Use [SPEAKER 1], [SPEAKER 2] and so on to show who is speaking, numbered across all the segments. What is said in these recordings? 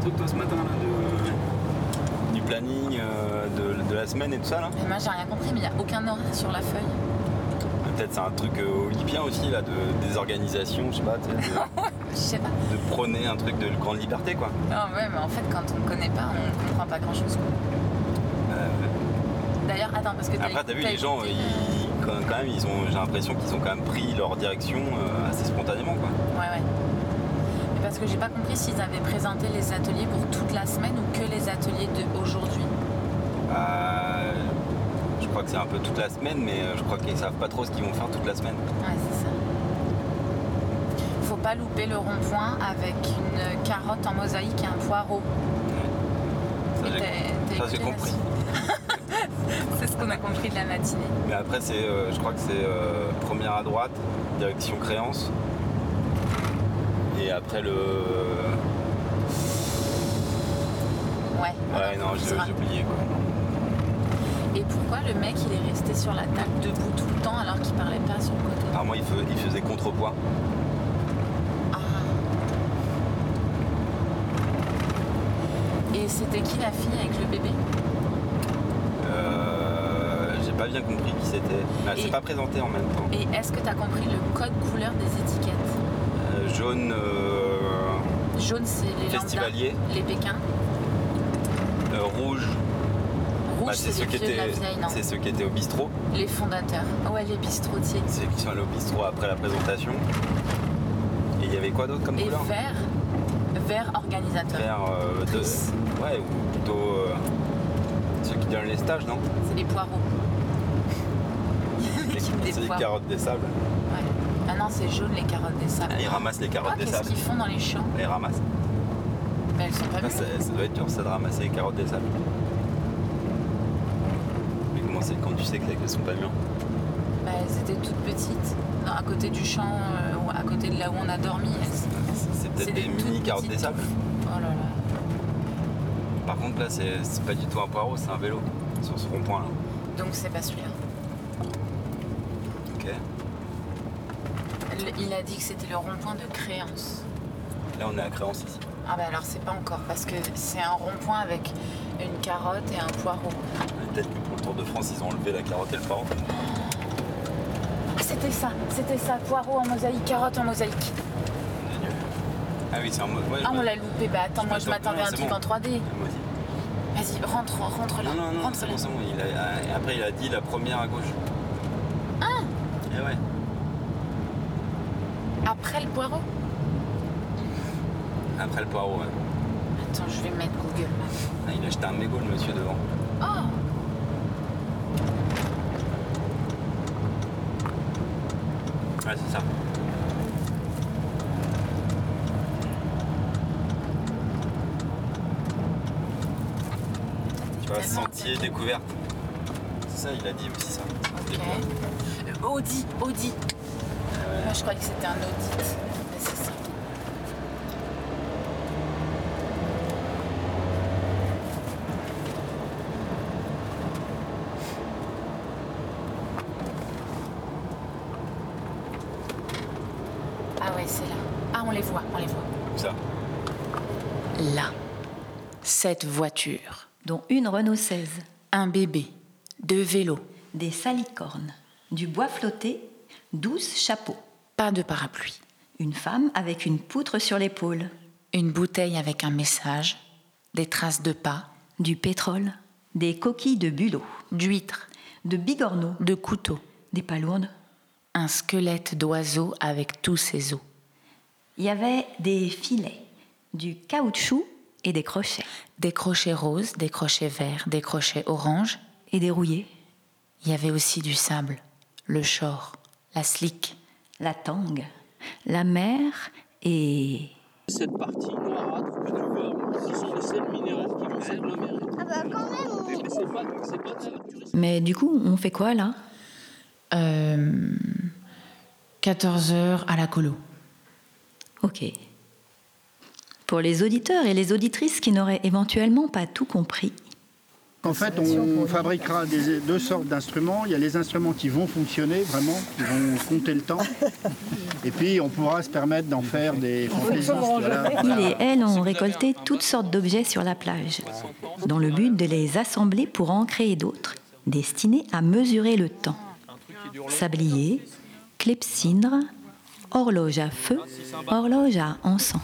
[SPEAKER 1] truc toi ce matin là de- du planning euh, de, de la semaine et tout ça là
[SPEAKER 2] Mais moi j'ai rien compris, mais il n'y a aucun horaire sur la feuille.
[SPEAKER 1] Peut-être c'est un truc euh, olympien aussi là de désorganisation, je sais pas, tu sais, de,
[SPEAKER 2] Je sais pas.
[SPEAKER 1] de prôner un truc de grande liberté quoi.
[SPEAKER 2] Ah ouais, mais en fait, quand on ne connaît pas, on ne comprend pas grand chose.
[SPEAKER 1] Euh,
[SPEAKER 2] D'ailleurs, attends, parce que t'as
[SPEAKER 1] après t'as vu les
[SPEAKER 2] écouté-
[SPEAKER 1] gens euh, ils, quand, quand même ils ont j'ai l'impression qu'ils ont quand même pris leur direction euh, assez spontanément quoi.
[SPEAKER 2] Ouais, ouais. Mais parce que j'ai pas compris s'ils avaient présenté les ateliers pour toute la semaine ou que les ateliers de aujourd'hui.
[SPEAKER 1] Euh, je crois que c'est un peu toute la semaine mais euh, je crois qu'ils savent pas trop ce qu'ils vont faire toute la semaine.
[SPEAKER 2] Ouais, c'est ça. Faut pas louper le rond-point avec une carotte en mosaïque et un poireau.
[SPEAKER 1] Ça,
[SPEAKER 2] Et
[SPEAKER 1] j'ai-
[SPEAKER 2] t'as- t'as
[SPEAKER 1] ça, j'ai
[SPEAKER 2] écouté
[SPEAKER 1] compris.
[SPEAKER 2] C'est ce qu'on a compris de la matinée.
[SPEAKER 1] Mais après, c'est, euh, je crois que c'est euh, première à droite, direction créance. Et après le.
[SPEAKER 2] Ouais. on
[SPEAKER 1] Ouais, non, j'ai
[SPEAKER 2] improvisera.
[SPEAKER 1] j'ai oublié quoi.
[SPEAKER 2] Et pourquoi le mec il est resté sur la table debout tout le temps alors qu'il parlait pas sur le côté
[SPEAKER 1] Apparemment, il, fe- il faisait contrepoids.
[SPEAKER 2] Ah. Et c'était qui la fille avec le bébé
[SPEAKER 1] Euh, j'ai pas bien compris qui c'était. Elle s'est
[SPEAKER 2] Et-
[SPEAKER 1] pas présentée en même temps.
[SPEAKER 2] Et est-ce que t'as compris le code couleur des étiquettes
[SPEAKER 1] Euh, jaune euh,
[SPEAKER 2] Jaune c'est les lambdas,
[SPEAKER 1] festivalier,
[SPEAKER 2] les pékins.
[SPEAKER 1] Euh, rouge,
[SPEAKER 2] Rouge
[SPEAKER 1] bah,
[SPEAKER 2] c'est les
[SPEAKER 1] qui
[SPEAKER 2] vieux de la
[SPEAKER 1] étaient,
[SPEAKER 2] vieille, non
[SPEAKER 1] c'est ceux qui étaient au bistrot.
[SPEAKER 2] Les fondateurs. Ouais, les bistrotiers.
[SPEAKER 1] C'est ceux qui sont allés au bistrot après la présentation. Et il y avait quoi d'autre comme
[SPEAKER 2] Et
[SPEAKER 1] couleur
[SPEAKER 2] vert, vert organisateur.
[SPEAKER 1] Faire euh, de-
[SPEAKER 2] Trice.
[SPEAKER 1] Ouais, ou plutôt euh, ceux qui donnent les stages, non
[SPEAKER 2] C'est les poireaux. L'équipe des
[SPEAKER 1] les
[SPEAKER 2] poireaux.
[SPEAKER 1] carottes des sables.
[SPEAKER 2] Ouais. Ah non, c'est jaune les carottes des sables.
[SPEAKER 1] Ils ramassent les
[SPEAKER 2] Toi,
[SPEAKER 1] carottes des
[SPEAKER 2] Ah, qu'est-ce
[SPEAKER 1] sables.
[SPEAKER 2] qu'ils font dans les champs
[SPEAKER 1] Ils ramassent.
[SPEAKER 2] Mais Bah, elles sont pas
[SPEAKER 1] Ça,
[SPEAKER 2] vues.
[SPEAKER 1] Ah, c'est- ça doit être dur, ça, de ramasser les carottes des sables. Mais comment c'est quand tu sais que ne sont pas mûres
[SPEAKER 2] Bah, elles étaient toutes petites. Non, à côté du champ, euh, ou à côté de là où on a dormi. elles-
[SPEAKER 1] C'est peut-être des,
[SPEAKER 2] toutes
[SPEAKER 1] mini carottes
[SPEAKER 2] petites
[SPEAKER 1] des sables.
[SPEAKER 2] touffes. Oh là là.
[SPEAKER 1] Par contre, là, c'est c'est pas du tout un poireau, c'est un vélo sur ce rond-point là.
[SPEAKER 2] Donc c'est pas celui-là.
[SPEAKER 1] Ok.
[SPEAKER 2] Le- Il a dit que c'était le rond-point de créance.
[SPEAKER 1] Là, on est à Créance ici.
[SPEAKER 2] Ah bah alors c'est pas encore parce que c'est un rond-point avec une carotte et un poireau.
[SPEAKER 1] Mais Peut-être que pour le Tour de France, ils ont enlevé la carotte et le poireau.
[SPEAKER 2] Ah, c'était ça, c'était ça, poireau en mosaïque, carotte en mosaïque.
[SPEAKER 1] Génial. Ah oui, c'est un mode. ouais, je
[SPEAKER 2] Ah on
[SPEAKER 1] me-
[SPEAKER 2] l'a loupé, bah attends,
[SPEAKER 1] Je
[SPEAKER 2] moi je
[SPEAKER 1] m'attends-
[SPEAKER 2] m'attendais à un
[SPEAKER 1] non,
[SPEAKER 2] truc
[SPEAKER 1] c'est
[SPEAKER 2] en 3D.
[SPEAKER 1] je me dis.
[SPEAKER 2] Vas-y, rentre, rentre là.
[SPEAKER 1] Non, non, non,
[SPEAKER 2] rentre
[SPEAKER 1] c'est
[SPEAKER 2] là.
[SPEAKER 1] bon, c'est bon. Il a- et après, il a dit la première à gauche. Ah Et ouais.
[SPEAKER 2] Après le poireau
[SPEAKER 1] Après le poireau, ouais.
[SPEAKER 2] Attends, je vais mettre Google Maps.
[SPEAKER 1] Ah, il a acheté un mégot, le monsieur, devant.
[SPEAKER 2] Oh
[SPEAKER 1] Ouais, c'est ça. Tu vois,
[SPEAKER 2] Tellement
[SPEAKER 1] sentier
[SPEAKER 2] tellement.
[SPEAKER 1] découverte. C'est ça, il a dit aussi ça.
[SPEAKER 2] Ok.
[SPEAKER 1] Découverte.
[SPEAKER 2] Euh, Audi, Audi.
[SPEAKER 1] Ouais.
[SPEAKER 2] Moi je croyais que c'était un audit. Mais c'est ça. Ah ouais, c'est là. Ah, on les voit, on les voit.
[SPEAKER 1] Où ça
[SPEAKER 2] Là, cette voiture,
[SPEAKER 3] dont une Renault 16,
[SPEAKER 2] un bébé, deux vélos,
[SPEAKER 3] des salicornes, du bois flotté, 12 chapeaux,
[SPEAKER 2] pas de parapluie,
[SPEAKER 3] une femme avec une poutre sur l'épaule,
[SPEAKER 2] une bouteille avec un message, des traces de pas,
[SPEAKER 3] du pétrole, des coquilles de bulots,
[SPEAKER 2] d'huîtres,
[SPEAKER 3] de bigorneaux,
[SPEAKER 2] de couteaux,
[SPEAKER 3] des palourdes.
[SPEAKER 2] un squelette d'oiseau avec tous ses os,
[SPEAKER 3] Il y avait des filets, du caoutchouc et des crochets,
[SPEAKER 2] des crochets roses, des crochets verts, des crochets orange.
[SPEAKER 3] et des rouillés,
[SPEAKER 2] Il y avait aussi du sable, le short, la slick.
[SPEAKER 3] la tangue, la mer et...
[SPEAKER 4] cette partie noirâtre que tu vois, ce sont les sels minéraux qui vont s'agglomérer. Ah bah quand même C'est pas, c'est pas de la nature.
[SPEAKER 3] Mais du coup, on fait quoi là
[SPEAKER 2] 14 heures à la colo.
[SPEAKER 3] Ok. Pour les auditeurs et les auditrices qui n'auraient éventuellement pas tout compris,
[SPEAKER 5] En fait, on fabriquera des- deux sortes d'instruments. Il y a les instruments qui vont fonctionner vraiment, qui vont compter le temps. Et puis, on pourra se permettre d'en faire des fantaisistes. voilà.
[SPEAKER 3] Il et elle ont récolté toutes sortes d'objets sur la plage, dans le but de les assembler pour en créer d'autres, destinés à mesurer le temps. Sablier, clepsydre, horloge à feu, horloge à encens.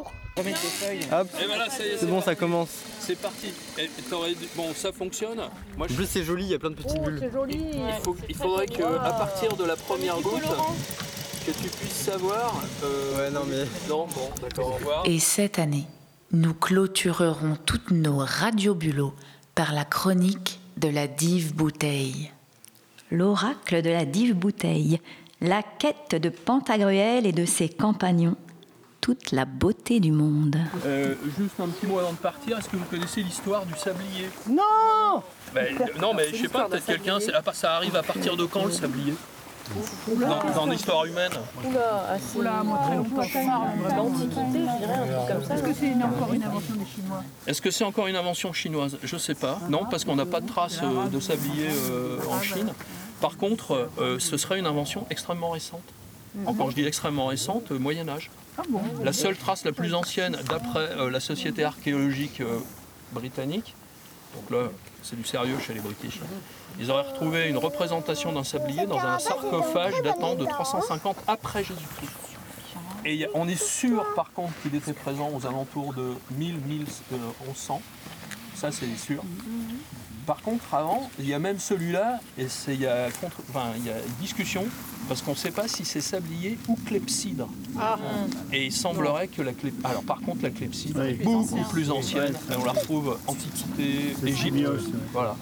[SPEAKER 6] Hop,
[SPEAKER 4] Et voilà, Eh ben ça y est,
[SPEAKER 6] c'est bon, ça commence.
[SPEAKER 4] C'est parti. Et t'aurais dit- Bon, ça fonctionne. Moi,
[SPEAKER 6] En
[SPEAKER 4] je-
[SPEAKER 6] plus, c'est joli, il y a plein de petites bulles.
[SPEAKER 4] il, faut- il faudrait que, à partir de la première goutte, que tu puisses savoir. euh,
[SPEAKER 6] Ouais, non, mais.
[SPEAKER 4] Non, bon, d'accord, au revoir.
[SPEAKER 2] Et cette année, nous clôturerons toutes nos radiobulots par la chronique de la dive bouteille.
[SPEAKER 3] L'oracle de la dive bouteille, la quête de Pantagruel et de ses compagnons, toute la beauté du monde.
[SPEAKER 4] Euh, juste un petit mot avant de partir, est-ce que vous connaissez l'histoire du sablier
[SPEAKER 7] Non
[SPEAKER 4] Ben, euh, Non mais je sais pas, peut-être quelqu'un, c'est- à part- ça arrive à partir de quand le sablier dans, dans l'histoire humaine
[SPEAKER 7] Oula, assez... L'Antiquité, je dirais, un truc comme ça. Est-ce que c'est encore une invention des Chinois
[SPEAKER 4] Est-ce que c'est encore une invention chinoise Je sais pas. Non, parce qu'on n'a pas de traces euh, de sablier euh, en Chine. Par contre, euh, ce serait une invention extrêmement récente. Quand je dis extrêmement récente, euh, Moyen Âge. La seule trace la plus ancienne, d'après euh, la société archéologique euh, britannique, donc là, c'est du sérieux chez les British, hein, ils auraient retrouvé une représentation d'un sablier dans un sarcophage datant de 350 après Jésus-Christ. Et il y a- on est sûr, par contre, qu'il était présent aux alentours de 1000, 1000, euh, 1100. Ça, c'est sûr. Par contre, avant, il y a même celui-là, et c'est, il, y a contre, enfin, il y a discussion, parce qu'on ne sait pas si c'est sablier ou clepsydre. Et il semblerait que la clé... Alors, par contre, la clepsydre
[SPEAKER 5] Oui.
[SPEAKER 4] est beaucoup plus ancienne, et on la retrouve Antiquité,
[SPEAKER 5] C'est
[SPEAKER 4] Égypte.
[SPEAKER 5] Simios, ouais.
[SPEAKER 4] Voilà.